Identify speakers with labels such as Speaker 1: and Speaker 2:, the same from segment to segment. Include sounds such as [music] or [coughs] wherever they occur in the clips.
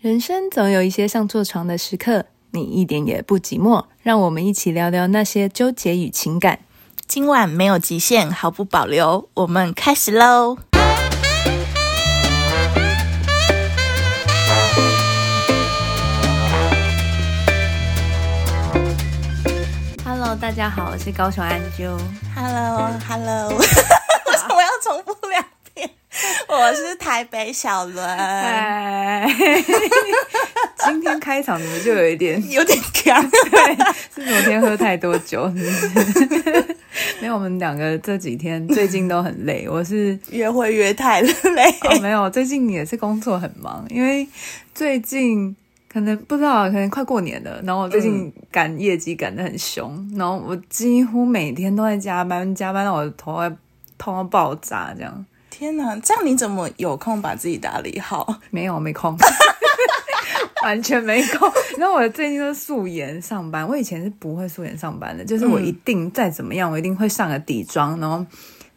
Speaker 1: 人生总有一些像坐床的时刻，你一点也不寂寞。让我们一起聊聊那些纠结与情感。
Speaker 2: 今晚没有极限，毫不保留，我们开始喽！
Speaker 1: Hello，大家好，我是高雄安啾。
Speaker 2: Hello，Hello，为 [laughs] 什么要重复两遍？我是台北小伦，
Speaker 1: [laughs] 嗨，今天开场怎么就有一点？
Speaker 2: 有点干。
Speaker 1: 对，是昨天喝太多酒， [laughs] 是不是？没有，我们两个这几天最近都很累。我是
Speaker 2: 约会约太累。
Speaker 1: [laughs] 哦，没有，最近也是工作很忙，因为最近可能不知道，可能快过年了，然后我最近赶业绩赶得很凶，然后我几乎每天都在加班，加班到我的头快痛到爆炸，这样
Speaker 2: 天哪，这样你怎么有空把自己打理好？
Speaker 1: 没有没空。 [laughs] 完全没空，然后我最近都素颜上班。我以前是不会素颜上班的，就是
Speaker 2: 嗯
Speaker 1: 我一定再怎么样，我一定会上个底妆，然后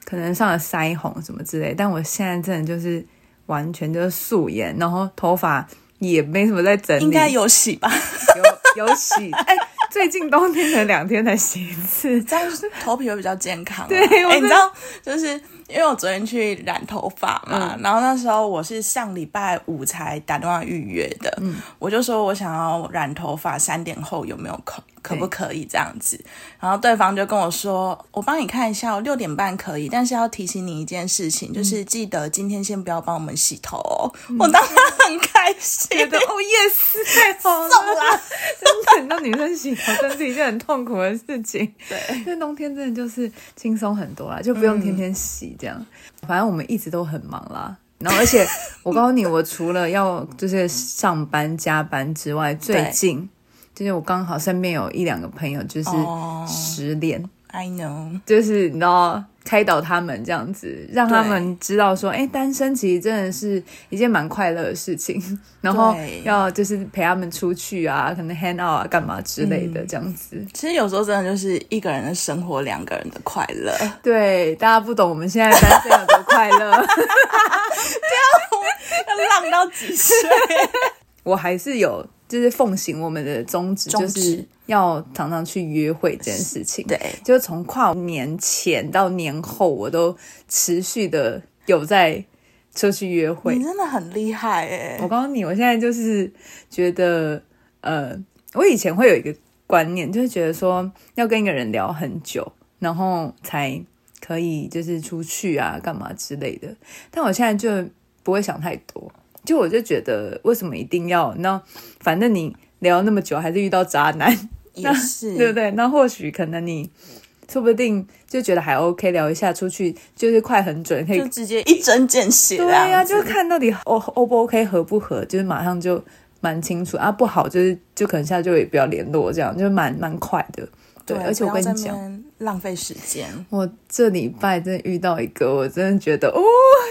Speaker 1: 可能上了腮红什么之类。但我现在真的就是完全就是素颜，然后头发也没什么在整理，
Speaker 2: 应该有洗吧？
Speaker 1: 有有洗。哎、最近冬天的两天才洗一次，
Speaker 2: 这样头皮会比较健康、啊。
Speaker 1: 对我
Speaker 2: 哎
Speaker 1: 真的
Speaker 2: 你知道，就是因为我昨天去染头发嘛，
Speaker 1: 嗯
Speaker 2: 然后那时候我是上礼拜五才打电话预约的，
Speaker 1: 嗯
Speaker 2: 我就说我想要染头发，三点后有没有空，可不可以这样子？然后对方就跟我说，我帮你看一下，我六点半可以，但是要提醒你一件事
Speaker 1: 嗯
Speaker 2: 情，就是记得今天先不要帮我们洗头、哦。我当时很开心，
Speaker 1: [laughs] 觉得哦 yes 太好了，
Speaker 2: 送啦
Speaker 1: [laughs] 真的，让女生洗头真是一件很痛苦的事情。
Speaker 2: 对，
Speaker 1: 因为冬天真的就是轻松很多啦，就不用天天洗这样。
Speaker 2: 嗯
Speaker 1: 反正我们一直都很忙啦。然后，而且我告诉你，我除了要就是上班加班之外，最近就是我刚好身边有一两个朋友就是
Speaker 2: 哦
Speaker 1: 失恋，
Speaker 2: I know，
Speaker 1: 就是你知道开导他们这样子，让他们知道说，哎，单身其实真的是一件蛮快乐的事情。 [laughs] 然后
Speaker 2: 对
Speaker 1: 要就是陪他们出去啊，可能 hang out 啊，干嘛之类的这样子。
Speaker 2: 其实有时候真的就是一个人的生活，两个人的快乐。
Speaker 1: 对，大家不懂我们现在单身有多
Speaker 2: [laughs]
Speaker 1: 快乐。啊
Speaker 2: 要浪到几岁？
Speaker 1: 我还是有就是奉行我们的宗旨，
Speaker 2: 宗
Speaker 1: 就
Speaker 2: 旨
Speaker 1: 是要常常去约会这件事情。，
Speaker 2: 对，
Speaker 1: 就从跨年前到年后，我都持续的有在出去约会
Speaker 2: 你。真的很厉害哎、
Speaker 1: 我告诉你，我现在就是觉得，呃，我以前会有一个观念，就是觉得说要跟一个人聊很久，然后才可以就是出去啊，干嘛之类的。但我现在就不会想太多，就我就觉得为什么一定要？那反正你聊那么久，还是遇到渣男，
Speaker 2: 也是，
Speaker 1: 对不对？那或许可能你。说不定就觉得还 OK，聊一下出去就是快很准，可以
Speaker 2: 就直接一针见血这
Speaker 1: 对
Speaker 2: 样子。
Speaker 1: 呀、就看到底 O O 不 OK 合不合，就是马上就蛮清楚啊，不好就是就可能下周也不要联络，这样就蛮蛮快的。对，而且我跟你，
Speaker 2: 不要在那
Speaker 1: 讲，
Speaker 2: 边浪费时间。
Speaker 1: 我这礼拜真的遇到一个，我真的觉得哦，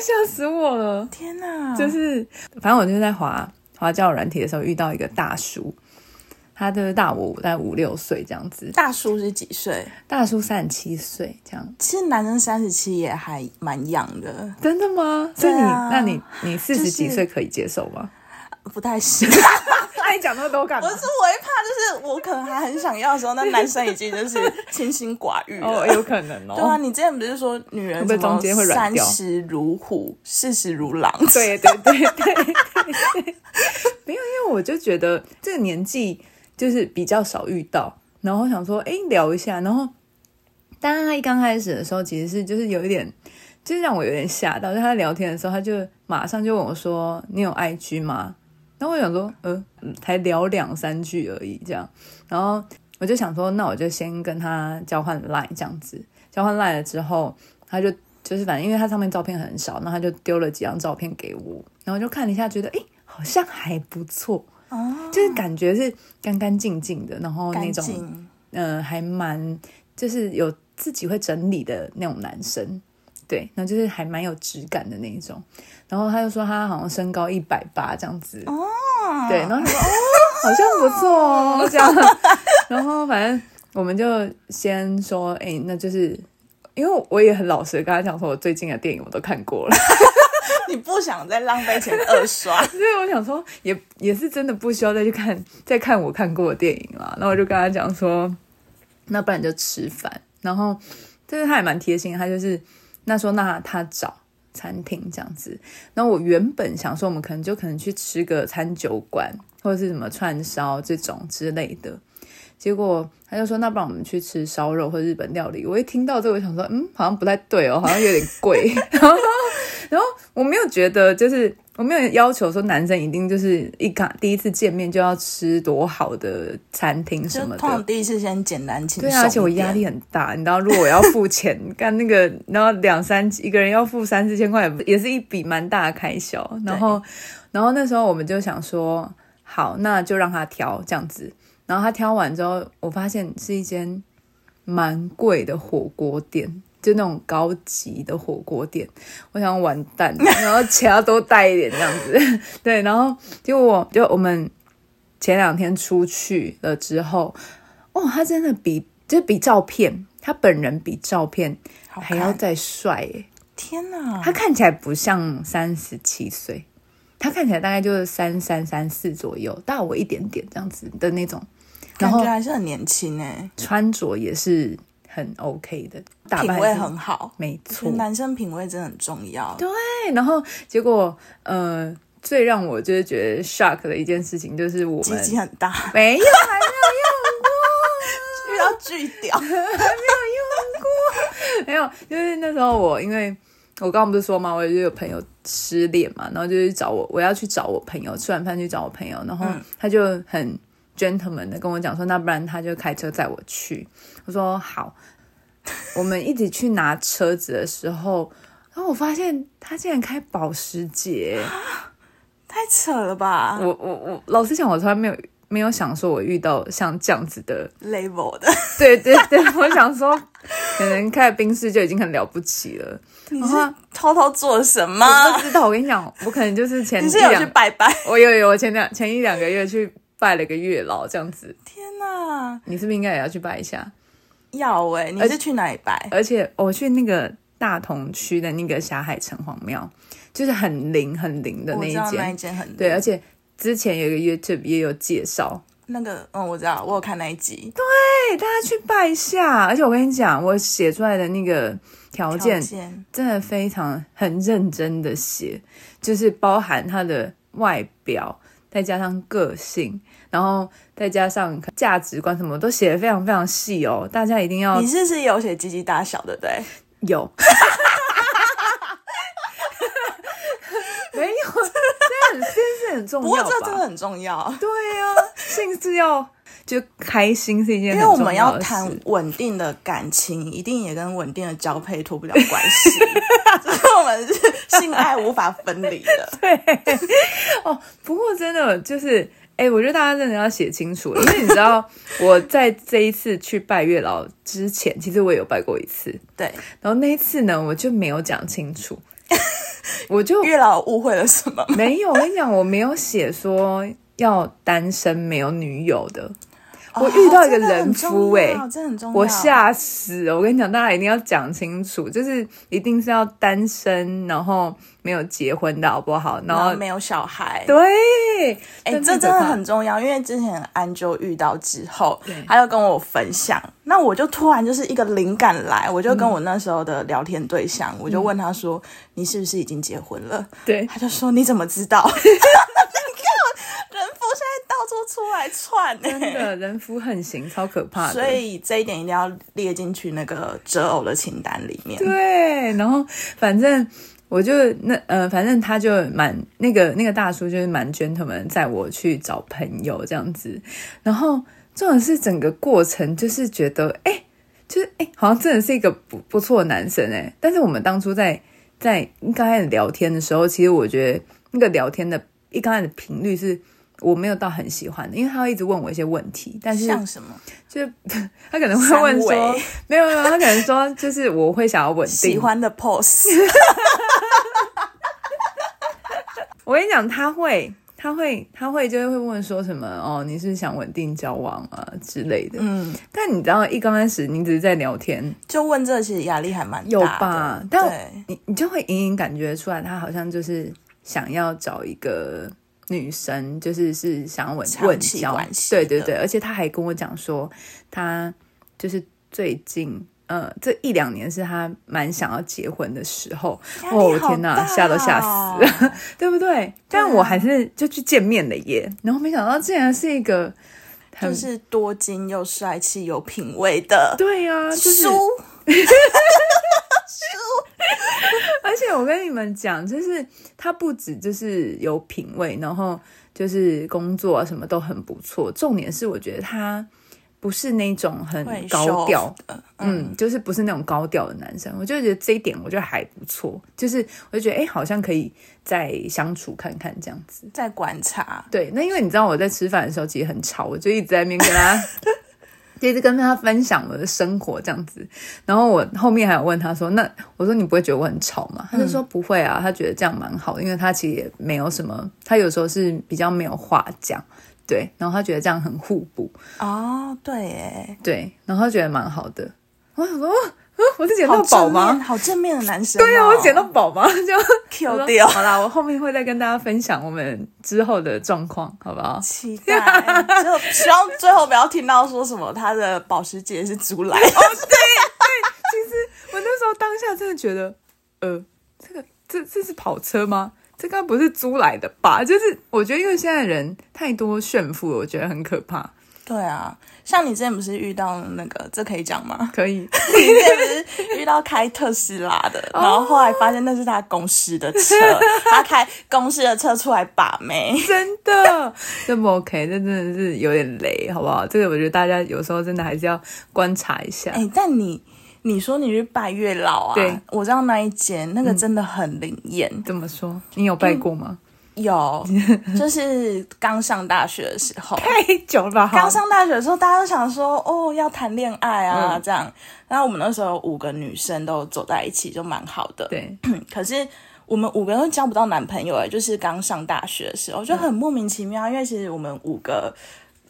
Speaker 1: 吓死我了。
Speaker 2: 天哪，
Speaker 1: 就是反正我就是在滑滑交友软体的时候遇到一个大叔，他就是大我大概五六岁这样子，
Speaker 2: 大叔是几岁？
Speaker 1: 大叔三十七岁这样。
Speaker 2: 其实男生三十七也还蛮养的，
Speaker 1: 真的吗？所以你、
Speaker 2: 对啊
Speaker 1: 那你你四十几
Speaker 2: 就是
Speaker 1: 岁可以接受
Speaker 2: [laughs]
Speaker 1: 吗？
Speaker 2: 不
Speaker 1: [laughs]
Speaker 2: 太行。
Speaker 1: 那你讲那么多干
Speaker 2: 不
Speaker 1: 嘛
Speaker 2: 是，？我一怕就是我可能还很想要的时候，那男生已
Speaker 1: [laughs]
Speaker 2: 经就是清心寡欲了。
Speaker 1: 哦，有可能哦。
Speaker 2: 对啊，你之前不是说女
Speaker 1: 会
Speaker 2: 人什
Speaker 1: 不会中
Speaker 2: 么
Speaker 1: 间会软
Speaker 2: 三
Speaker 1: 掉
Speaker 2: 十如虎，四十如狼？
Speaker 1: 对对对对对， [laughs] 没有，因为我就觉得这个年纪就是比较少遇到，然后想说，哎，聊一下，然后，当然他一刚开始的时候，其实是就是有一点，就是让我有点吓到，就他在聊天的时候，他就马上就问我说，你有 IG 吗？然后我想说，呃，才聊两三句而已，这样，然后我就想说，那我就先跟他交换 Line 这样子，交换 Line 了之后，他就就是反正因为他上面照片很少，然后他就丢了几张照片给我，然后我就看了一下，觉得诶好像还不错，
Speaker 2: 啊，
Speaker 1: 就是感觉是干干净净的，然后那
Speaker 2: 干
Speaker 1: 种
Speaker 2: 净。
Speaker 1: 嗯，还蛮就是有自己会整理的那种男生，对，然后就是还蛮有质感的那一种。然后他就说他好像身高一百八这样子，哦，对，然后他说哦，好像不错哦，这样。 [laughs] 然后反正我们就先说，哎、那就是因为我也很老实地跟他讲说，我最近的电影我都看过了。
Speaker 2: [laughs]
Speaker 1: [laughs]
Speaker 2: 你不想再浪费钱二刷。
Speaker 1: 所以我想说，也也是真的不需要再去看再看我看过的电影了。然后我就跟他讲说，那不然就吃饭。然后，就是他也蛮贴心，他就是那说那他找餐厅这样子。然后我原本想说，我们可能就可能去吃个餐酒馆或者是什么串烧这种之类的。结果他就说，那不然我们去吃烧肉或日本料理。我一听到这个，我想说，嗯，好像不太对哦，好像有点贵。然后，然后我没有觉得，就是我没有要求说男生一定就是一刚第一次见面就要吃多好的餐厅
Speaker 2: 就
Speaker 1: [laughs] 什么的。
Speaker 2: 通常第一次先简单轻松
Speaker 1: 对
Speaker 2: 一
Speaker 1: 啊，
Speaker 2: 点，
Speaker 1: 而且我压力很大，你知道，如果我要付钱， [laughs] 干那个，然后两三一个人要付三四千块，也是一笔蛮大的开销。然后，然后那时候我们就想说，好，那就让他挑这样子。然后他挑完之后，我发现是一间蛮贵的火锅店，就那种高级的火锅店。我想完蛋， [laughs] 然后其他都带一点这样子。 [laughs] 对，然后结果我就我们前两天出去了之后，哦，他真的比就是比照片，他本人比照片
Speaker 2: 好
Speaker 1: 还
Speaker 2: 看
Speaker 1: 要再帅耶。
Speaker 2: 天哪！
Speaker 1: 他看起来不像三十七岁，他看起来大概就是三三三四左右，大我一点点这样子的那种。然
Speaker 2: 感
Speaker 1: 后
Speaker 2: 觉还是很年轻哎，
Speaker 1: 穿着也是很 OK 的，打
Speaker 2: 品
Speaker 1: 扮
Speaker 2: 味
Speaker 1: 是
Speaker 2: 很好。
Speaker 1: 没
Speaker 2: 其
Speaker 1: 错
Speaker 2: 实。男生品味真的很重要。
Speaker 1: 对，啊然后结果，呃，最让我就是觉得 shock 的一件事情就是我
Speaker 2: 鸡
Speaker 1: 们
Speaker 2: 鸡很大，
Speaker 1: 没有 [laughs] 还
Speaker 2: 遇到巨
Speaker 1: [laughs]
Speaker 2: 屌，
Speaker 1: 没有，就是那时候我因为我刚刚不是说嘛，我就有朋友失恋嘛，然后就去找我，我要去找我朋友，吃完饭去找我朋友，然后
Speaker 2: 嗯
Speaker 1: 他就很 gentleman 的跟我讲说，那不然他就开车载我去。我说好，我们一起去拿车子的时候，然后我发现他竟然开保时捷。
Speaker 2: 太扯了吧
Speaker 1: 我我我，老实讲，我从来没有没有想说我遇到像这样子的，
Speaker 2: ！label 的，
Speaker 1: 对对对， [laughs] 我想说，可能开宾士就已经很了不起了。
Speaker 2: 你
Speaker 1: 然
Speaker 2: 是
Speaker 1: 后
Speaker 2: 偷偷做什
Speaker 1: 我
Speaker 2: 么
Speaker 1: 不？知道，我跟你讲，我可能就是前
Speaker 2: 你
Speaker 1: 一
Speaker 2: 是有去
Speaker 1: 两，
Speaker 2: 拜拜？
Speaker 1: 我有有，我前两前一两个月去拜了个月老，这样子，
Speaker 2: 天哪，
Speaker 1: 你是不是应该也要去拜一下？
Speaker 2: 要哎！你是去哪里拜？
Speaker 1: 而且我去那个大同区的那个霞海城隍庙，就是很灵很灵的
Speaker 2: 我
Speaker 1: 那
Speaker 2: 知
Speaker 1: 一
Speaker 2: 道那
Speaker 1: 间
Speaker 2: 一，间很
Speaker 1: 对，而且之前有一个 YouTube 也有介绍，
Speaker 2: 那个，嗯，我知道，我有看那一集。
Speaker 1: 对，哎大家去拜一下。而且我跟你讲，我写出来的那个条件
Speaker 2: 条件
Speaker 1: 真的非常很认真的写，就是包含他的外表，再加上个性，然后再加上价值观什么，都写的非常非常细哦。大家一定要
Speaker 2: 你是不是有写鸡鸡大小，对不对？
Speaker 1: 有。 [laughs] 没有，这很这是很重
Speaker 2: 不过
Speaker 1: 要吧？
Speaker 2: 这真的很重要，
Speaker 1: 对啊，性是要就开心是一件很
Speaker 2: 因为我
Speaker 1: 重
Speaker 2: 们
Speaker 1: 要
Speaker 2: 要
Speaker 1: 的事，
Speaker 2: 谈稳定的感情，一定也跟稳定的交配脱不了关
Speaker 1: [laughs]
Speaker 2: 系，所以我们是性爱无法分离的。
Speaker 1: [laughs] 不过真的就是，哎、我觉得大家真的要写清楚，因为你知道，我在这一次去拜月老之前，其实我也有拜过一次，
Speaker 2: 对，
Speaker 1: 然后那一次呢，我就没有讲清
Speaker 2: [laughs]
Speaker 1: 楚，我就
Speaker 2: 月老误会了什么？
Speaker 1: 没有。我跟你讲，我没有写说要单身没有女友的， [laughs] 我遇到一个人夫哎、
Speaker 2: 哦真的很重要，真的很重要。
Speaker 1: 我吓死了！我跟你讲，大家一定要讲清楚，就是一定是要单身，然后没有结婚的好不好？然
Speaker 2: 然后
Speaker 1: 后
Speaker 2: 没有小孩。
Speaker 1: 对，
Speaker 2: 哎、
Speaker 1: 真
Speaker 2: 这真
Speaker 1: 可
Speaker 2: 的
Speaker 1: 怕
Speaker 2: 很重要，因为之前安就遇到之后
Speaker 1: 对，
Speaker 2: 他就跟我分享，那我就突然就是一个灵感来，我就
Speaker 1: 嗯
Speaker 2: 跟我那时候的聊天对象，我就问他说：“你是不是已经结婚了？”
Speaker 1: 对
Speaker 2: 他就说：“你怎么知道？” [laughs] 你看人夫现在到处出来窜、欸，
Speaker 1: 真的人夫横
Speaker 2: [laughs]
Speaker 1: 行，超可怕的。
Speaker 2: 所以这一点一定要列进去那个择偶的清单里面。
Speaker 1: 对，然后反正我就那呃，反正他就蛮那个那个大叔就是蛮 gentleman，载我去找朋友这样子。然后重点是整个过程就是觉得哎、就是哎、好像真的是一个不不错的男生哎、但是我们当初在在刚开始聊天的时候，其实我觉得那个聊天的一刚开始的频率是。我没有到很喜欢的，因为他会一直问我一些问题，
Speaker 2: [laughs]
Speaker 1: 但是
Speaker 2: 像什么
Speaker 1: 就是 [laughs] 他可能会问
Speaker 2: 三
Speaker 1: 说
Speaker 2: 围，
Speaker 1: 没有没有，他可能说就是我会想要稳定，
Speaker 2: 喜欢的
Speaker 1: [laughs]
Speaker 2: pose，
Speaker 1: 我跟你讲，他会他会他会就会问说什么哦，你是想稳定交往啊之类的。
Speaker 2: 嗯，
Speaker 1: 但你知道，一刚开始你只是在聊天，
Speaker 2: 就问这其实压力还蛮大的
Speaker 1: 有吧？但
Speaker 2: 对，
Speaker 1: 你你就会隐隐感觉出来，他好像就是想要找一个女生，就是是想稳
Speaker 2: 长
Speaker 1: 稳
Speaker 2: 期
Speaker 1: 交
Speaker 2: 关，系
Speaker 1: 对对
Speaker 2: 的
Speaker 1: 对，而且他还跟我讲说，他就是最近。呃，这一两年是他蛮想要结婚的时候，
Speaker 2: 压
Speaker 1: 哦
Speaker 2: 力好
Speaker 1: 天哪
Speaker 2: 大
Speaker 1: 吓都吓
Speaker 2: 哦
Speaker 1: 死对不
Speaker 2: 啊
Speaker 1: 对？但我还是就去见面了耶，然后没想到竟然是一个很
Speaker 2: 就是多金又帅气有品味的
Speaker 1: 对呀、就是
Speaker 2: 书，
Speaker 1: 而且我跟你们讲，就是他不止就是有品味，然后就是工作啊什么都很不错。重点是，我觉得他不是那种很
Speaker 2: 会
Speaker 1: 高
Speaker 2: show
Speaker 1: 调
Speaker 2: off 的，
Speaker 1: 嗯，就是不是那种高调的男生。我就觉得这一点，我觉得还不错。就是我就觉得，哎、好像可以再相处看看这样子。
Speaker 2: 在观察，
Speaker 1: 对，那因为你知道我在吃饭的时候其实很吵，我就一直在那边跟
Speaker 2: [laughs]
Speaker 1: 他，就一直跟他分享我的生活这样子。然后我后面还有问他说：“那我说你不会觉得我很吵吗？”
Speaker 2: 嗯
Speaker 1: 他就说：“不会啊，他觉得这样蛮好的，因为他其实也没有什么，他有时候是比较没有话讲，对，然后他觉得这样很互补，
Speaker 2: 哦，对，耶，
Speaker 1: 对，然后他觉得蛮好的。”我想说：“哦，哦我是捡
Speaker 2: 好
Speaker 1: 到宝
Speaker 2: 正
Speaker 1: 吗
Speaker 2: 面，？”好正面的男生哦、
Speaker 1: 对啊，我捡到宝吗？就我说
Speaker 2: Q 掉，
Speaker 1: 好啦，我后面会再跟大家分享我们之后的状况，好不好？
Speaker 2: 期待，就希望 [laughs] 最后不要听到说什么他的保时捷是租来的，
Speaker 1: 我那时候当下真的觉得，呃，这个这这是跑车吗？这该不是租来的吧？就是我觉得，因为现在人太多炫富了，我觉得很可怕。
Speaker 2: [laughs] 对啊，像你之前不是遇到那个，这可以讲 [laughs] 吗？
Speaker 1: 可以， [laughs]
Speaker 2: 你之前不是遇到开特斯拉的，然后后来发现那是他公司的 [laughs] 车，他开公司的车出来把 [laughs] 妹，
Speaker 1: 真的这么 OK，这真的是有点雷，好不好？这个我觉得大家有时候真的还是要观察一下。
Speaker 2: 哎、但你你说你去拜月老啊？
Speaker 1: 对，
Speaker 2: 我知道那一间，那个真的很灵验。
Speaker 1: 怎么说？你有拜过吗？
Speaker 2: 有， [laughs] 就是刚上大学的时候，
Speaker 1: 太久了吧？
Speaker 2: 刚上大学的时候，大家都想说哦要谈恋爱啊、这样。然后我们那时候五个女生都走在一起，就蛮好的。，
Speaker 1: 对，
Speaker 2: 可是我们五个都交不到男朋友、欸，就是刚上大学的时候就很莫名其妙，因为其实我们五个。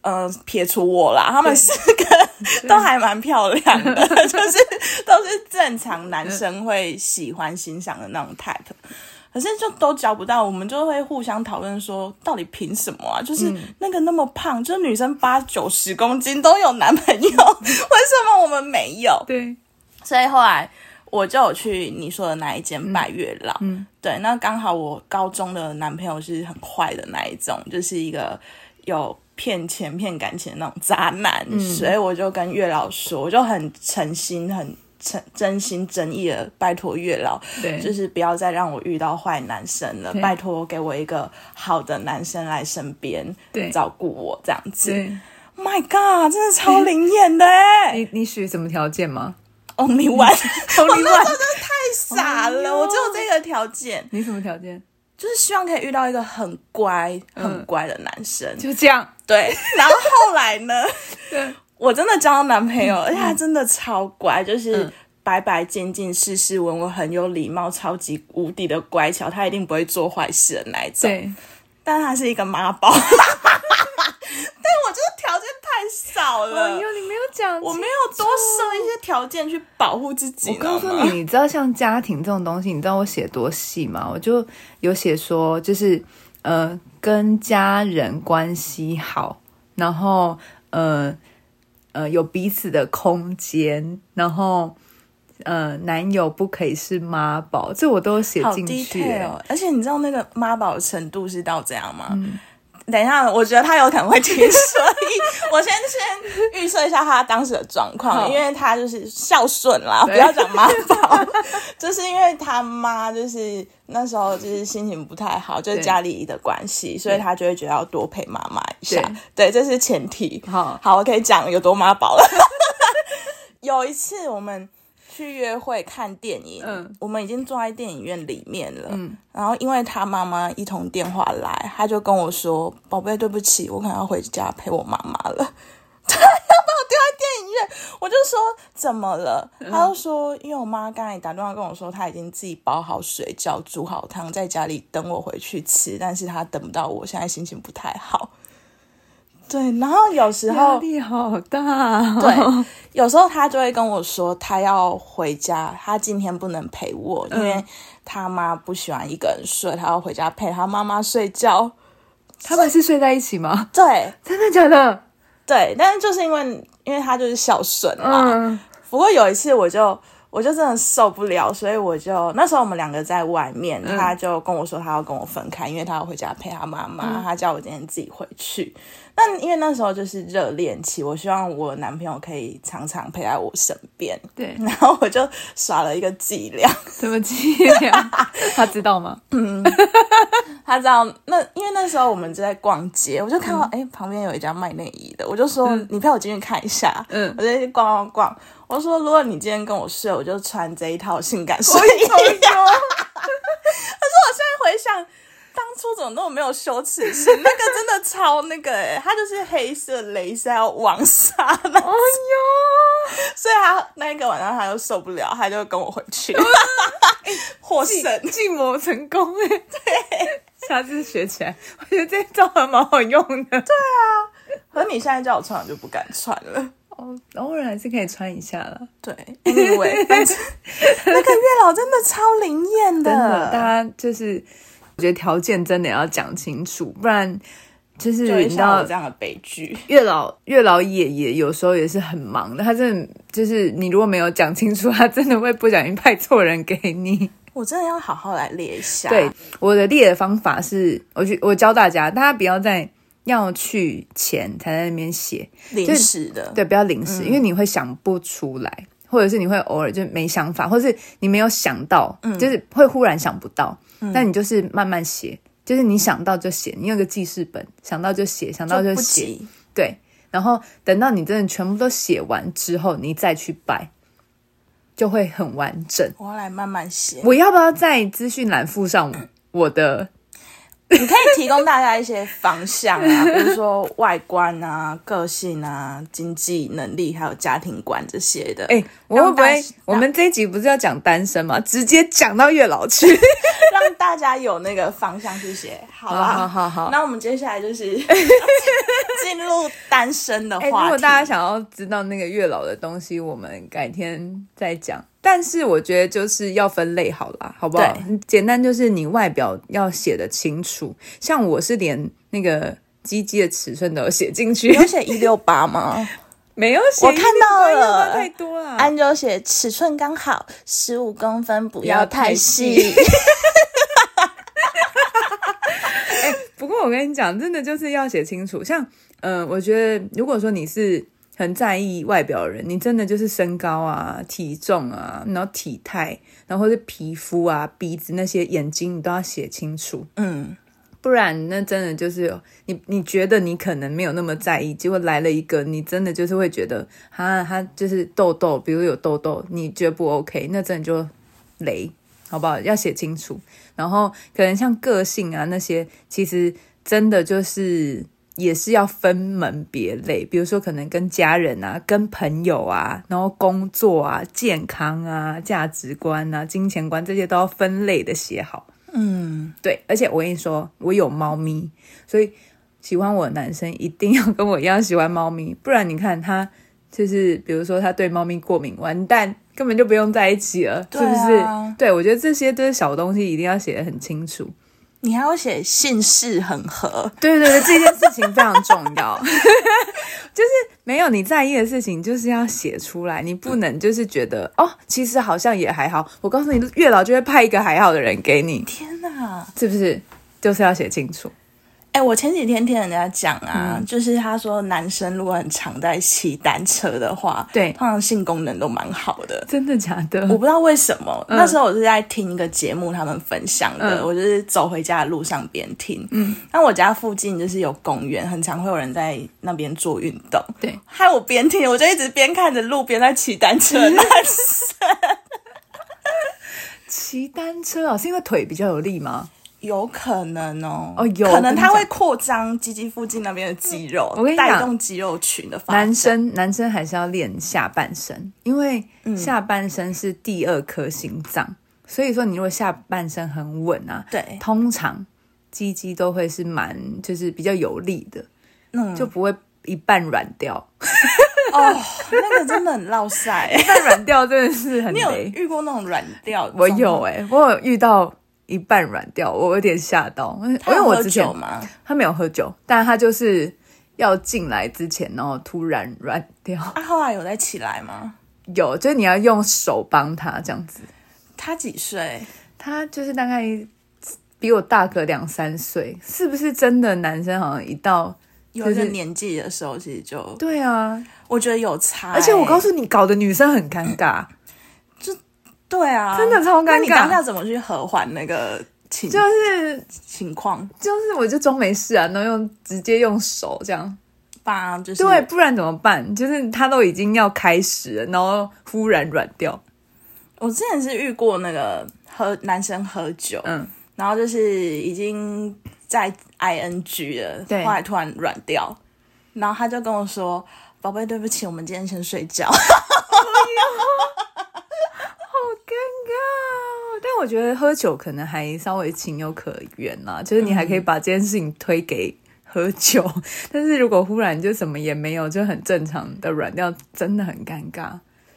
Speaker 2: 呃，撇除我啦，他们四个都还蛮漂亮的，就是都是正常男生会喜欢欣赏的那种 type，可是就都交不到，我们就会互相讨论说，到底凭什么啊？就是那个那么胖，就是女生八九十公斤都有男朋友， [laughs] 为什么我们没有？
Speaker 1: 对，
Speaker 2: 所以后来我就有去你说的那一间拜月老，
Speaker 1: 嗯
Speaker 2: 对，那刚好我高中的男朋友是很坏的那一种，就是一个有骗钱骗感情的那种渣男，
Speaker 1: 嗯
Speaker 2: 所以我就跟月老说，我就很诚心很。诚真心真意的拜托月老，
Speaker 1: 对
Speaker 2: 就是不要再让我遇到坏男生了，
Speaker 1: 对
Speaker 2: 拜托给我一个好的男生来身边，
Speaker 1: 对
Speaker 2: 照顾我这样子。Oh
Speaker 1: 对。
Speaker 2: My God，真的超灵验的哎、
Speaker 1: 你你许什么条件吗？
Speaker 2: Only
Speaker 1: [laughs]
Speaker 2: one，哦
Speaker 1: Only one 哦
Speaker 2: 傻了，我只有这个条件，
Speaker 1: 你什么条件？
Speaker 2: 就是希望可以遇到一个很乖、很乖的男生。
Speaker 1: 就这样。 [laughs]
Speaker 2: 对，然后后来呢，
Speaker 1: 嗯对，嗯
Speaker 2: 我真的交到男朋友，而且他真的超乖，就是白白净净、斯斯文文，很有礼貌，超级无敌的乖巧，他一定不会做坏事的那一种。
Speaker 1: 对，
Speaker 2: 但他是一个妈宝， [laughs] 但我这个条件太少
Speaker 1: 哎
Speaker 2: 了。
Speaker 1: 呦，你没有讲，
Speaker 2: 我没有多设一些条件去保护自己，
Speaker 1: 我告
Speaker 2: 知道
Speaker 1: 诉
Speaker 2: 吗
Speaker 1: 你，你知道像家庭这种东西，你知道我写多细吗？我就有写说，就是呃，跟家人关系好，然后呃呃有彼此的空间，然后呃男友不可以是妈宝，这我都有写
Speaker 2: 好
Speaker 1: 进去、欸
Speaker 2: detail，哦而且你知道那个妈宝程度是到这样吗？
Speaker 1: 嗯
Speaker 2: 等一下，我觉得他有可能会听，所以我先先预设一下他当时的状
Speaker 1: 好
Speaker 2: 况，因为他就是孝顺啦，
Speaker 1: 对
Speaker 2: 不要讲妈宝， [laughs] 就是因为他妈就是那时候就是心情不太好，就是
Speaker 1: 对
Speaker 2: 家里的关系，所以他就会觉得要多陪妈妈一下。对，这是前提。
Speaker 1: 好
Speaker 2: 好，我可以讲有多妈宝了。 [laughs] 有一次我们去约会看电影，
Speaker 1: 嗯
Speaker 2: 我们已经坐在电影院里面了，然后因为他妈妈一通电话来，他就跟我说：“宝贝，对不起，我可能要回家陪我妈妈了。”他要把我丢在电影院， [laughs] 我就说怎么了？
Speaker 1: 嗯
Speaker 2: 他就说，因为我妈刚才打电话跟我说，她已经自己煲好水饺、煮好汤，在家里等我回去吃，但是她等不到我，现在心情不太好。对，然后有时
Speaker 1: 压
Speaker 2: 候，
Speaker 1: 力好大、 [laughs] 哦。
Speaker 2: 对，有时候她就会跟我说，她要回家，她今天不能陪我，因为
Speaker 1: 嗯
Speaker 2: 她妈不喜欢一个人睡，她要回家陪她妈妈睡觉。
Speaker 1: 他们是睡在一起吗？ [laughs]
Speaker 2: 对
Speaker 1: 真的假的？
Speaker 2: 对，但是就是因为，因为她就是孝顺嘛，
Speaker 1: 嗯，
Speaker 2: 不过有一次我就我就真的受不了，所以我就那时候我们两个在外面，他就跟我说他要跟我分开，因为他要回家陪他妈
Speaker 1: 嗯
Speaker 2: 妈，他叫我今天自己回去。但因为那时候就是热恋期，我希望我男朋友可以常常陪在我身边，
Speaker 1: 对，
Speaker 2: 然后我就耍了一个伎俩，
Speaker 1: 怎么记呀？ [laughs] 他知道吗？
Speaker 2: 他知道那因为那时候我们就在逛街，我就看到哎、诶旁边有一家卖内衣的，我就说、你陪我进去看一下。
Speaker 1: 嗯
Speaker 2: 我就去逛逛逛。我说如果你今天跟我睡，我就穿这一套性感睡衣。
Speaker 1: 我以为说
Speaker 2: 回想当初怎么那么没有羞耻心，那个真的超那个哎、欸，它就是黑色蕾丝还有网纱的，
Speaker 1: 哎呦，
Speaker 2: 所以他那一个晚上他就受不了，他就跟我回 [laughs] 去，获胜。
Speaker 1: 计谋成功哎！对，下次学起来，我觉得这招还蛮好用的。对，
Speaker 2: 可你现在叫我穿，我就不敢穿 [laughs] 了。
Speaker 1: 哦，偶尔还是可以穿一下啦。
Speaker 2: 对，anyway，反 [laughs] 正那个月老真的超灵验
Speaker 1: 真的，大
Speaker 2: 的，
Speaker 1: 家就是我觉得条件真的要讲清楚，不然就是
Speaker 2: 就
Speaker 1: 你
Speaker 2: 会
Speaker 1: 知
Speaker 2: 像
Speaker 1: 道
Speaker 2: 我这样的悲剧。
Speaker 1: 月老月老爷爷有时候也是很忙的，他真的就是你如果没有讲清楚，他真的会不小心派错人给你。
Speaker 2: 我真的要好好来列一下。
Speaker 1: 对，我的列的方法是，我去我教大家，大家不要在要去前才在那边写，
Speaker 2: 临时的，
Speaker 1: 对，不要临时，因为你会想不出来，或者是你会偶尔就没想法，或是你没有想到，就是会忽然想不到，但你就是慢慢写，就是你想到就写，你有个记事本，想到就写，想到
Speaker 2: 就不
Speaker 1: 写，
Speaker 2: 急。
Speaker 1: 对，然后等到你真的全部都写完之后，你再去拜，就会很完整。
Speaker 2: 我要来慢慢写。
Speaker 1: 我要不要在资讯栏附上我的？
Speaker 2: 你可以提供大家一些方向 [laughs] 啊，比如说外观啊、个性啊、经济能力，还有家庭观这些的。
Speaker 1: [coughs] 哎、我会
Speaker 2: 让
Speaker 1: 不
Speaker 2: 大
Speaker 1: 会我们这一集不是要讲单身吗？直接讲到月老去？
Speaker 2: 让大家有那个方向去写，好吧？
Speaker 1: 好好 [laughs] 好
Speaker 2: 那我们接下来就是 [laughs] 进入单身的
Speaker 1: 哎、如
Speaker 2: 话
Speaker 1: 果
Speaker 2: 题。
Speaker 1: 大家想要知道那个月老的东西，我们改天再讲。但是我觉得就是要分类好啦，好不好
Speaker 2: 对？
Speaker 1: 简单就是你外表要写的清楚，像我是连那个鸡鸡的尺寸都有写进
Speaker 2: [laughs]
Speaker 1: 去
Speaker 2: 你，有写一六八 [laughs] 吗？
Speaker 1: 没有写，
Speaker 2: 我看到
Speaker 1: 一定不
Speaker 2: 了
Speaker 1: 会用到太多啦。
Speaker 2: 安就写尺寸刚好，十五公分，不要太
Speaker 1: 不要
Speaker 2: 细。
Speaker 1: 不过我跟你讲，真的就是要写清楚。像，嗯、我觉得如果说你是很在意外表的人，你真的就是身高啊、体重啊，然后体态，然后或是皮肤啊、鼻子那些、眼睛，你都要写清楚。
Speaker 2: 嗯，
Speaker 1: 不然那真的就是你，你觉得你可能没有那么在意，结果来了一个，你真的就是会觉得啊，他就是痘痘，比如有痘痘，你觉得不 OK，那真的就雷，好不好？要写清楚。然后可能像个性啊那些，其实真的就是也是要分门别类，比如说可能跟家人啊、跟朋友啊，然后工作啊、健康啊、价值观啊、金钱观这些都要分类的写好。
Speaker 2: 嗯
Speaker 1: 对，而且我跟你说，我有猫咪，所以喜欢我的男生一定要跟我一样喜欢猫咪，不然你看他就是，比如说他对猫咪过敏，完蛋，根本就不用在一起了，
Speaker 2: 对啊
Speaker 1: 是不是？对，我觉得这些都是小东西，一定要写得很清楚。
Speaker 2: [laughs] 你还要写姓氏很合，
Speaker 1: 对对对，这件事情非常重要， [laughs] 就是没有你在意的事情，就是要写出来，你不能就是觉得哦，其实好像也还好。我告诉你，月老就会派一个还好的人给你，
Speaker 2: 天哪！
Speaker 1: 是不是？就是要写清楚。
Speaker 2: 哎、我前几天听人家讲啊，就是他说男生如果很常在骑单车的话，
Speaker 1: 对
Speaker 2: 通常性功能都蛮好的。
Speaker 1: 真的假的？
Speaker 2: 我不知道为什么，那时候我是在听一个节目，他们分享的，我就是走回家的路上边听。嗯，那我家附近就是有公园，很常会有人在那边做运动。
Speaker 1: 对，
Speaker 2: 害我边听，我就一直边看着路边在骑单车的男生。
Speaker 1: 骑单车啊，是因为腿比较有力吗？
Speaker 2: [laughs] 有可能哦，
Speaker 1: 哦有
Speaker 2: 可能它
Speaker 1: 我跟
Speaker 2: 会
Speaker 1: 你
Speaker 2: 扩张鸡鸡附近那边的肌肉，
Speaker 1: 我跟你讲
Speaker 2: 带动肌肉群的发展。
Speaker 1: 男生男生还是要练下半身，因为下半身是第二颗心脏，所以说你如果下半身很稳啊，
Speaker 2: 对
Speaker 1: 通常鸡鸡都会是蛮就是比较有力的，
Speaker 2: 嗯
Speaker 1: 就不会一半软掉，
Speaker 2: 哦，那个真的很落晒。
Speaker 1: [laughs] 一半软掉真的是很
Speaker 2: 你有
Speaker 1: 累。
Speaker 2: 遇过那种软掉的状
Speaker 1: 我
Speaker 2: 况吗？
Speaker 1: 有哎、我有遇到一半软掉，我有点吓到，因
Speaker 2: 他
Speaker 1: 为
Speaker 2: 有
Speaker 1: 我
Speaker 2: 喝
Speaker 1: 之前
Speaker 2: 酒吗？
Speaker 1: 他没有喝酒，但他就是要进来之前，然后突然软掉。 [laughs]
Speaker 2: 啊，后来有再起来吗？
Speaker 1: 有，就是你要用手帮他这样子。
Speaker 2: 他几岁？
Speaker 1: 他就是大概比我大个两三岁，是不是真的男生好像一到
Speaker 2: 有一
Speaker 1: 就
Speaker 2: 个
Speaker 1: 是
Speaker 2: 年纪的时候，其实就
Speaker 1: 对啊，
Speaker 2: 我觉得有差欸、
Speaker 1: 而且我告诉你，搞得女生很尴尬，
Speaker 2: 对啊，
Speaker 1: 真的超尴尬
Speaker 2: 那你当下怎么去和缓那个情
Speaker 1: 就是
Speaker 2: 情况？
Speaker 1: 就是我就装没事啊，然后用直接用手这样，
Speaker 2: 吧，就是
Speaker 1: 对，不然怎么办？就是他都已经要开始了，然后忽然软掉，
Speaker 2: 我之前是遇过那个喝男生喝酒，
Speaker 1: 嗯，
Speaker 2: 然后就是已经在 ing 了，
Speaker 1: 对
Speaker 2: 后来突然软掉，然后他就跟我说：“宝贝，对不起，我们今天先睡觉。 [laughs]
Speaker 1: 好尴尬。但我觉得喝酒可能还稍微情有可原啦、就是你还
Speaker 2: 嗯
Speaker 1: 可以把这件事情推给喝酒， [laughs] 但是如果忽然就什么也没有，就很正常的软掉，真的很尴尬。”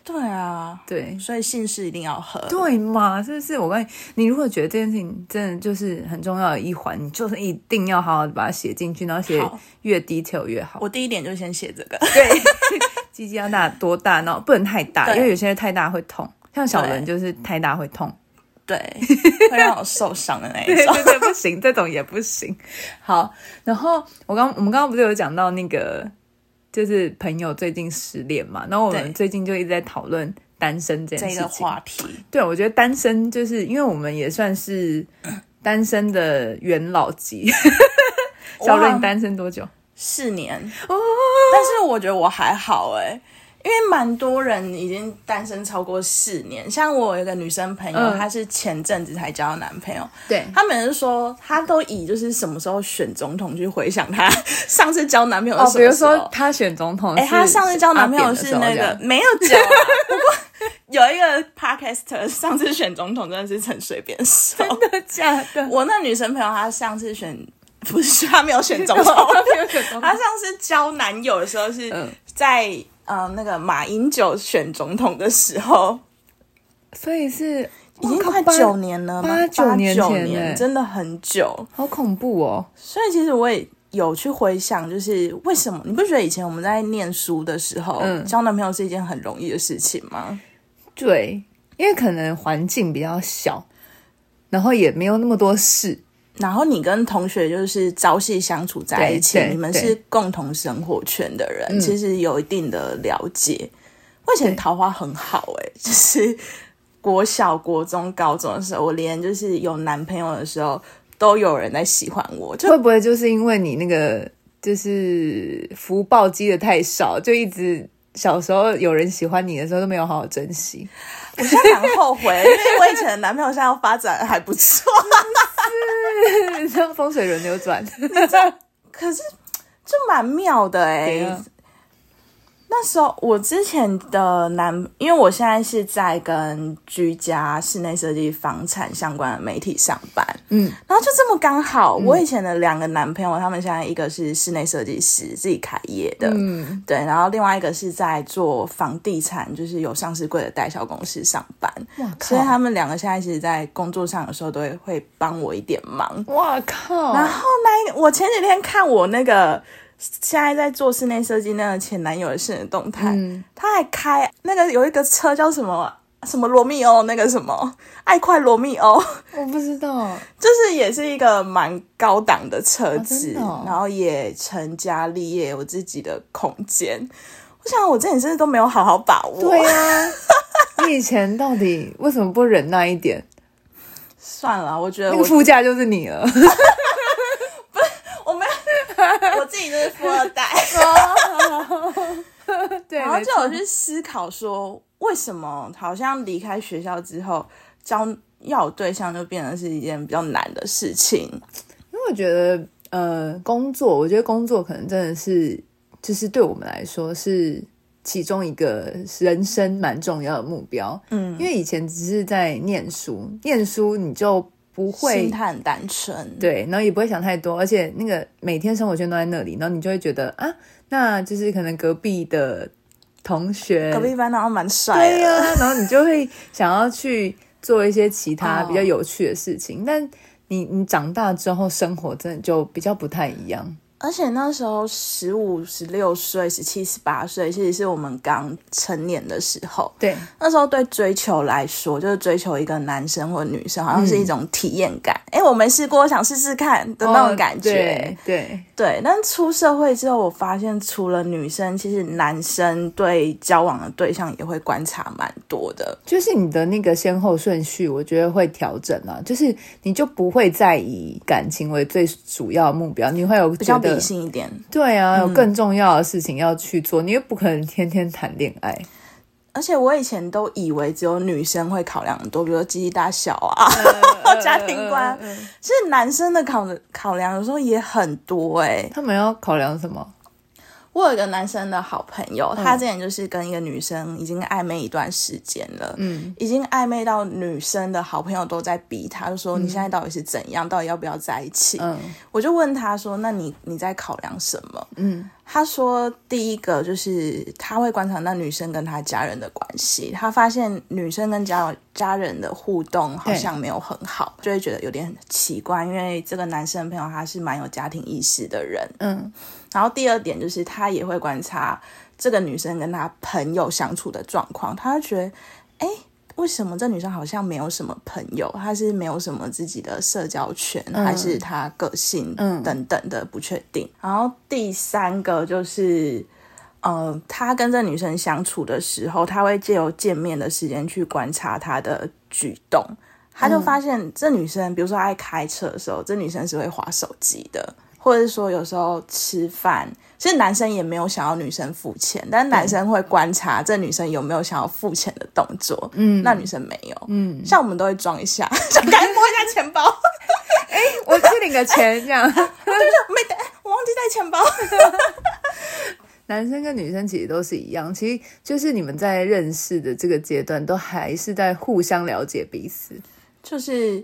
Speaker 2: 对啊，
Speaker 1: 对，
Speaker 2: 所以姓氏一定要喝。
Speaker 1: 对嘛？是不是？我告诉你，你如果觉得这件事情真的就是很重要的一环，你就是一定要好好的把它写进去，然后写
Speaker 2: 好
Speaker 1: 越 detail 越好。
Speaker 2: 我第一点就先写这个，
Speaker 1: 对， [laughs] 鸡鸡要大多大，然后不能太大，
Speaker 2: 对
Speaker 1: 因为有些太大会痛，像小人
Speaker 2: 对
Speaker 1: 就是太大会痛。 [laughs]
Speaker 2: 对，会让我受伤的那一
Speaker 1: 对
Speaker 2: 种。
Speaker 1: 对对，不行， [laughs] 这种也不行。好，然后我刚我们刚刚不是有讲到那个，就是朋友最近失恋嘛，然后我
Speaker 2: 对
Speaker 1: 们最近就一直在讨论单身这件
Speaker 2: 这
Speaker 1: 事
Speaker 2: 个
Speaker 1: 情。
Speaker 2: 话题，
Speaker 1: 对，我觉得单身就是因为我们也算
Speaker 2: [clears throat]
Speaker 1: 是单身的元老
Speaker 2: [laughs]
Speaker 1: 级。小
Speaker 2: 哇哦
Speaker 1: 伦，你单身多久？
Speaker 2: 四年， [laughs] 但是我觉得我还好哎、因为蛮多人已经单身超过四年，像我有一个女生朋友，
Speaker 1: 嗯
Speaker 2: 她是前阵子才交到男朋友，
Speaker 1: 对
Speaker 2: 她每次说她都以就是什么时候选总统去回想她 [laughs] 上次交男朋友
Speaker 1: 哦
Speaker 2: 是，什
Speaker 1: 比
Speaker 2: 么
Speaker 1: 如
Speaker 2: 时候。
Speaker 1: 说他选总统是，
Speaker 2: 哎、她上次交男朋友
Speaker 1: 是
Speaker 2: 是
Speaker 1: 阿扁
Speaker 2: 那
Speaker 1: 的时候
Speaker 2: 个没有
Speaker 1: [laughs]
Speaker 2: 交、啊，不过有一个 podcaster 上次选总统真的是陈水扁手。
Speaker 1: 这样 [laughs] 真的假 [laughs] 的？
Speaker 2: 我那女生朋友她上次选不是她没有选总统，
Speaker 1: [laughs] 没有选总
Speaker 2: 她
Speaker 1: 统，
Speaker 2: 上次交男友的时候是
Speaker 1: 嗯
Speaker 2: 在、呃那个马英九选总统的时候，
Speaker 1: 所以是
Speaker 2: 已经快
Speaker 1: 哦八
Speaker 2: 九年了吗，
Speaker 1: 八九
Speaker 2: 八
Speaker 1: 年
Speaker 2: 九
Speaker 1: 前
Speaker 2: 年
Speaker 1: 欸
Speaker 2: 真的很久。
Speaker 1: 好恐怖哦。
Speaker 2: 所以其实我也有去回想，就是为什么你不觉得以前我们在念书的时候，
Speaker 1: 嗯
Speaker 2: 交男朋友是一件很容易的事情吗？
Speaker 1: 对，因为可能环境比较小，然后也没有那么多事。
Speaker 2: 然后你跟同学就是朝夕相处在一起
Speaker 1: 对，嗯对
Speaker 2: 你们
Speaker 1: 对
Speaker 2: 是共同生活圈的人，其实有一定的了解。我以前桃花很好哎、 [laughs] 就是国小、国中、高中的时候，我连就是有男朋友的时候，都有人在喜欢我，
Speaker 1: [laughs]
Speaker 2: 就
Speaker 1: 会不会就是因为你那个就是福报积的太少，就一直小时候有人喜欢你的时候都没有好好珍惜？ [laughs]
Speaker 2: 我现在很后悔，因为我以前的男朋友现在发展还不错，
Speaker 1: 像风水轮流
Speaker 2: [laughs]
Speaker 1: 转，
Speaker 2: 可是就蛮妙的哎、
Speaker 1: 怎样
Speaker 2: 那时候我之前的男，因为我现在是在跟居家、室内设计、房产相关的媒体上班，
Speaker 1: 嗯，
Speaker 2: 然后就这么刚好，我以前的两个男朋友，他们现在一个是室内设计师，自己开业的，
Speaker 1: 嗯，
Speaker 2: 对，然后另外一个是在做房地产，就是有上市柜的代销公司上班，
Speaker 1: 哇
Speaker 2: 所以他们两个现在其实，在工作上有时候都会会帮我一点忙。
Speaker 1: 哇靠！
Speaker 2: 然后那一哎我前几天看我那个现在在做室内设计那个前男友的现实动态，
Speaker 1: 嗯
Speaker 2: 他还开那个有一个车叫什么什么罗密欧那个什么爱快罗密欧，
Speaker 1: 我不知道，
Speaker 2: 就是也是一个蛮高档的车子，
Speaker 1: 哦真的哦
Speaker 2: 然后也成家立业，有自己的空间。我想我之前真的都没有好好把握，
Speaker 1: 对呀、你以前到底为什么不忍耐一点？
Speaker 2: 算了， [laughs] 我觉得
Speaker 1: 那
Speaker 2: 我
Speaker 1: 个副驾就是你了。 [laughs]
Speaker 2: 我没有，我自己就是富二代。
Speaker 1: 对，
Speaker 2: 然后
Speaker 1: 没
Speaker 2: 就
Speaker 1: 错
Speaker 2: 有去思考说，为什么好像离开学校之后，交要有对象就变得是一件比较难的事情。
Speaker 1: 因为我觉得，呃，工作，我觉得工作可能真的是，就是对我们来说是其中一个人生蛮重要的目标。嗯，因为以前只是在念书，念书你就不会
Speaker 2: 心态很单纯，
Speaker 1: 对，然后也不会想太多，而且那个每天生活圈都在那里，然后你就会觉得啊，那就是可能隔壁的同学，
Speaker 2: 隔壁班然后蛮帅
Speaker 1: 对
Speaker 2: 的，
Speaker 1: 呀、 [laughs] 然后你就会想要去做一些其他
Speaker 2: 哦
Speaker 1: 比较有趣的事情，但你你长大之后生活真的就比较不太一样。
Speaker 2: 而且那时候十五、十六岁、十七、十八岁，其实是我们刚成年的时候。
Speaker 1: 对，
Speaker 2: 那时候对追求来说，就是追求一个男生或女生，好像是
Speaker 1: 嗯
Speaker 2: 一种体验感。哎、我没试过，我想试试看的那种感觉。
Speaker 1: 哦对对
Speaker 2: 对，但出社会之后，我发现除了女生，其实男生对交往的对象也会观察蛮多的。
Speaker 1: 就是你的那个先后顺序，我觉得会调整啊，就是你就不会再以感情为最主要的目标，你会有
Speaker 2: 比
Speaker 1: 比
Speaker 2: 较理性一嗯点，
Speaker 1: 对啊，有更重要的事情要去做，你又不可能天天谈恋爱。
Speaker 2: 而且我以前都以为只有女生会考量很多，比如说经济大小啊、 [laughs] 家庭观。其实男生的考考量有时候也很多哎、
Speaker 1: 他们要考量什么？
Speaker 2: 我有一个男生的好朋友，
Speaker 1: 嗯
Speaker 2: 他之前就是跟一个女生已经暧昧一段时间了，嗯，已经暧昧到女生的好朋友都在逼他，就说你现在到底是怎样，到底要不要在一起？
Speaker 1: 嗯，
Speaker 2: 我就问他说，那你你在考量什么？
Speaker 1: 嗯，
Speaker 2: 他说第一个就是他会观察那女生跟他家人的关系，他发现女生跟家家人的互动好像没有很好，就会觉得有点奇怪，因为这个男生朋友他是蛮有家庭意识的人， [laughs]
Speaker 1: 嗯，
Speaker 2: 然后第二点就是他也会观察这个女生跟他朋友相处的状况，他会觉得，哎，为什么这女生好像没有什么朋友？她是没有什么自己的社交圈，还是她个性
Speaker 1: 嗯
Speaker 2: 等等的不确定？然后第三个就是。呃，他跟这女生相处的时候，他会借由见面的时间去观察她的举动，他就发现这女生，比如说她在开车的时候，这女生是会划手机的，或者是说有时候吃饭，其实男生也没有想要女生付钱，但男生会观察这女生有没有想要付钱的动作，嗯，那女生没有，嗯，像我们都会装一下， [laughs] 就赶紧摸一下钱包， [laughs]
Speaker 1: 我去领个钱这样。
Speaker 2: 没带，我忘记带钱包， [laughs]
Speaker 1: 男生跟女生其实都是一样，其实就是你们在认识的这个阶段，都还是在互相了解彼此。
Speaker 2: 就是。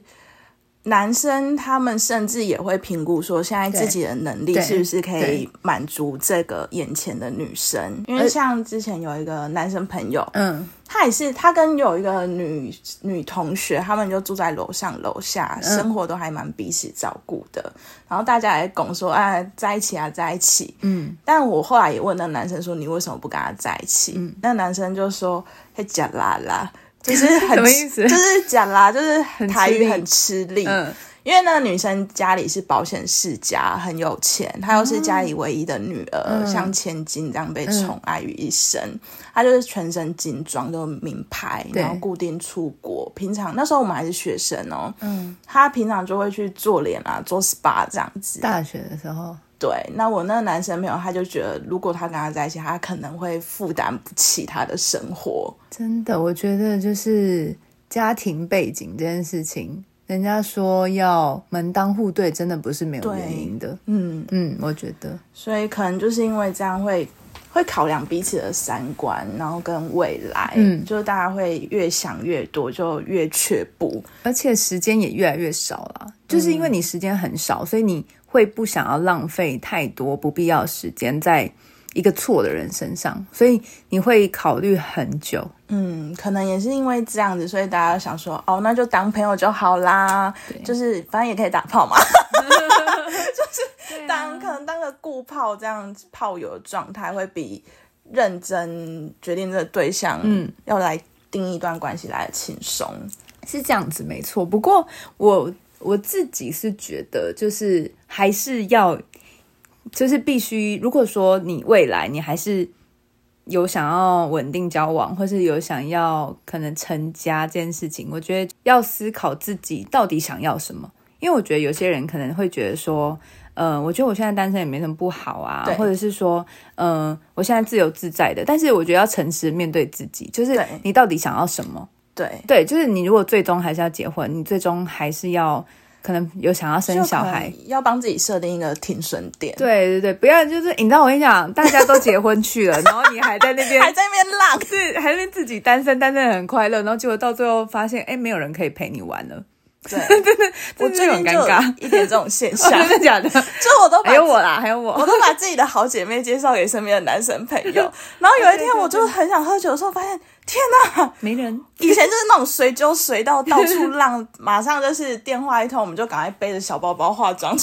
Speaker 2: 男生他们甚至也会评估说，现在自己的能力
Speaker 1: 对
Speaker 2: 是不是可以
Speaker 1: 对
Speaker 2: 满足这个眼前的女生？因为
Speaker 1: 而
Speaker 2: 像之前有一个男生朋友，
Speaker 1: 嗯，
Speaker 2: 他也是，他跟有一个女女同学，他们就住在楼上楼下，
Speaker 1: 嗯
Speaker 2: 生活都还蛮彼此照顾的。然后大家也拱说，啊，在一起啊，在一起。嗯，但我后来也问那男生说，你为什么不跟他在一起？嗯，那男生就说，嘿，假啦啦，就是
Speaker 1: [laughs]
Speaker 2: 很
Speaker 1: 什么意思
Speaker 2: 就是假啦，就是台
Speaker 1: 吃
Speaker 2: 语
Speaker 1: 力
Speaker 2: 很吃力。
Speaker 1: 嗯
Speaker 2: 因为那个女生家里是保险世家，很有钱，她又是家里唯一的女儿，像千金这样被宠爱于一身。她就是全身精装，都名牌，
Speaker 1: 对
Speaker 2: 然后固定出国。平常那时候我们还是学生哦，嗯，她平常就会去做脸啊，做 SPA 这样子。
Speaker 1: 大学的时候，
Speaker 2: 对，那我那个男生朋友他就觉得，如果他跟她在一起，他可能会负担不起她的生活。
Speaker 1: 真的，我觉得就是家庭背景这件事情，人家说要门当户对，真的不是没有
Speaker 2: 对
Speaker 1: 原因的。
Speaker 2: 嗯，
Speaker 1: 嗯，我觉得，
Speaker 2: 所以可能就是因为这样会会考量彼此的三观，然后跟未来，
Speaker 1: 嗯
Speaker 2: 就是大家会越想越多，就越却步。
Speaker 1: 而且时间也越来越少了，就是因为你时间很少，所以你会不想要浪费太多不必要的时间在一个错的人身上，所以你会考虑很久。
Speaker 2: 嗯，可能也是因为这样子，所以大家想说，哦，那就当朋友就好啦，就是反正也可以打
Speaker 1: [laughs]
Speaker 2: 炮嘛，就是
Speaker 1: 啊
Speaker 2: 当可能当个顾炮这样子炮友的状态，会比认真决定这个对象，嗯，要来定一段关系来的轻松。
Speaker 1: 是这样子，没错。不过我我自己是觉得，就是还是要，就是必须。如果说你未来你还是有想要稳定交往，或是有想要可能成家这件事情，我觉得要思考自己到底想要什么。因为我觉得有些人可能会觉得说，呃，我觉得我现在单身也没什么不好啊
Speaker 2: 对，
Speaker 1: 或者是说，呃嗯、我现在自由自在的。但是我觉得要诚实面对自己，就是
Speaker 2: 对
Speaker 1: 你到底想要什么。
Speaker 2: 对，
Speaker 1: 对，就是你如果最终还是要结婚，你最终还是要可能有想要生小孩。，
Speaker 2: 要帮自己设定一个停损点，，
Speaker 1: 对对对，不要就是你知道我跟你讲，大家都结婚去了，然后你还在那边 [laughs]
Speaker 2: 还在那边浪，
Speaker 1: 是还在那边自己单身，单身得很快乐，然后结果到最后发现，哎，没有人可以陪你玩了，
Speaker 2: [laughs] 对，我
Speaker 1: 真的
Speaker 2: 最
Speaker 1: 是
Speaker 2: 近
Speaker 1: 很
Speaker 2: 就
Speaker 1: 尴
Speaker 2: 有
Speaker 1: 尬，
Speaker 2: 一点这种现 [laughs] 象，
Speaker 1: [laughs] 真的假的？哦
Speaker 2: 就我都
Speaker 1: [laughs]
Speaker 2: 把
Speaker 1: 还有我 [laughs] 啦，还有
Speaker 2: 我
Speaker 1: 我，
Speaker 2: 都把自己的好姐妹介绍给身边的男生朋 [laughs] 友，然后有一天我就很想喝酒的时候，发现天哪！
Speaker 1: 没人。
Speaker 2: 以前就是那种随就随到到处浪，马上就是电话一通，我们就赶快背着小包包、化妆、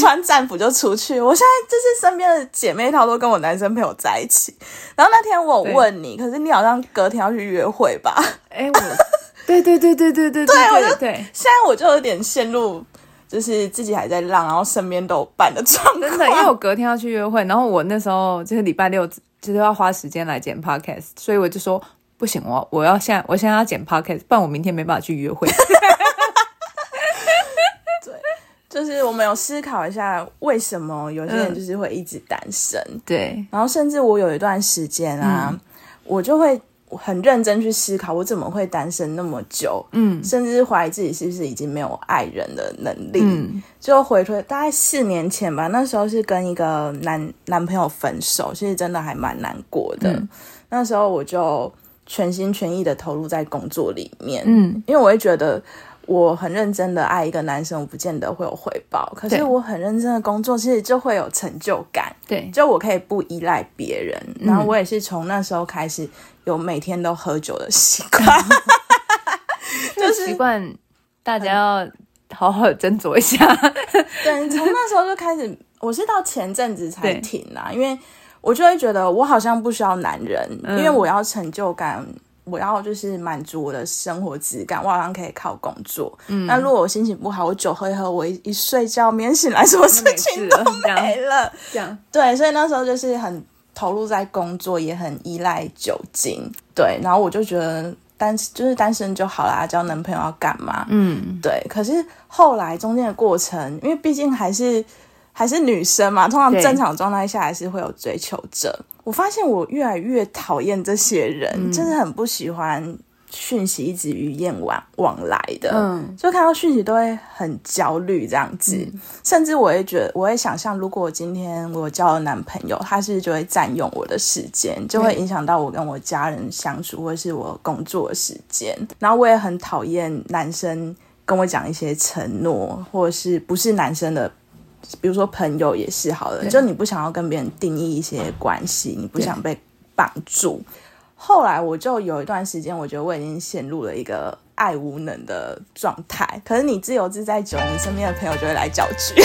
Speaker 2: 穿战服就出去。我现在就是身边的姐妹淘都跟我男生朋友在一起。然后那天我有问你，可是你好像隔天要去约会吧？
Speaker 1: 哎，我， [laughs] 对对对对对对对
Speaker 2: 我
Speaker 1: 对
Speaker 2: 就
Speaker 1: 对，
Speaker 2: 现在我就有点陷入，就是自己还在浪，然后身边都有伴的状况。
Speaker 1: 真 [laughs] 的，因为我隔天要去约会，然后我那时候就是礼拜六就是要花时间来剪 podcast，所以我就说不行，我我要现在我现在要剪 podcast，不然我明天没办法去约会。
Speaker 2: 就是我们有思考一下，为什么有些人就是会一直单身，
Speaker 1: [laughs] 对，
Speaker 2: 然后甚至我有一段时间啊，
Speaker 1: 嗯
Speaker 2: 我就会很认真去思考，我怎么会单身那么久，嗯，甚至怀疑自己是不是已经没有爱人的能力，
Speaker 1: 嗯
Speaker 2: 就回推大概四年前吧，那时候是跟一个男男朋友分手，其实真的还蛮难过的。
Speaker 1: 嗯
Speaker 2: 那时候我就全心全意的投入在工作里面，
Speaker 1: 嗯，
Speaker 2: 因为我会觉得我很认真的爱一个男生，我不见得会有回报，可是
Speaker 1: 对
Speaker 2: 我很认真的工作，其实就会有成就感，
Speaker 1: 对，
Speaker 2: 就我可以不依赖别人。然后我也是从那时候开始有每天都喝酒的习惯，
Speaker 1: 就是习惯大家要好好地斟酌一下。 [laughs]
Speaker 2: 对，从那时候就开始，我是到前阵子才
Speaker 1: 对
Speaker 2: 停啦、因为我就会觉得我好像不需要男人，因为我要成就感，我要就是满足我的生活质感，我好像可以靠工作。嗯，那如果我心情不好，我酒喝一喝，我一一睡觉，明天醒来什么事
Speaker 1: 没
Speaker 2: 情
Speaker 1: 事
Speaker 2: 都
Speaker 1: 了这样
Speaker 2: 没了。
Speaker 1: 这样，
Speaker 2: 对，所以那时候就是很投入在工作，也很依赖酒精。对，然后我就觉得单就是单身就好啦，交男朋友要干嘛？
Speaker 1: 嗯，
Speaker 2: 对，可是后来中间的过程，因为毕竟还是还是女生嘛，通常
Speaker 1: 对
Speaker 2: 正常状态下还是会有追求者。我发现我越来越讨厌这些人，
Speaker 1: 嗯
Speaker 2: 真的很不喜欢讯息一直鱼雁往往来的。
Speaker 1: 嗯，
Speaker 2: 就看到讯息都会很焦虑这样子，甚至我会觉得，我会想象，如果今天我交了男朋友，他是不是就会占用我的时间，就会影响到我跟我家人相处，或是我工作的时间。然后我也很讨厌男生跟我讲一些承诺，或者是不是男生的。比如说朋友也是好了，就你不想要跟别人定义一些关系，你不想被绑住。后来我就有一段时间，我觉得我已经陷入了一个爱无能的状态。可是你自由自在久，你身边的朋友就会来搅局。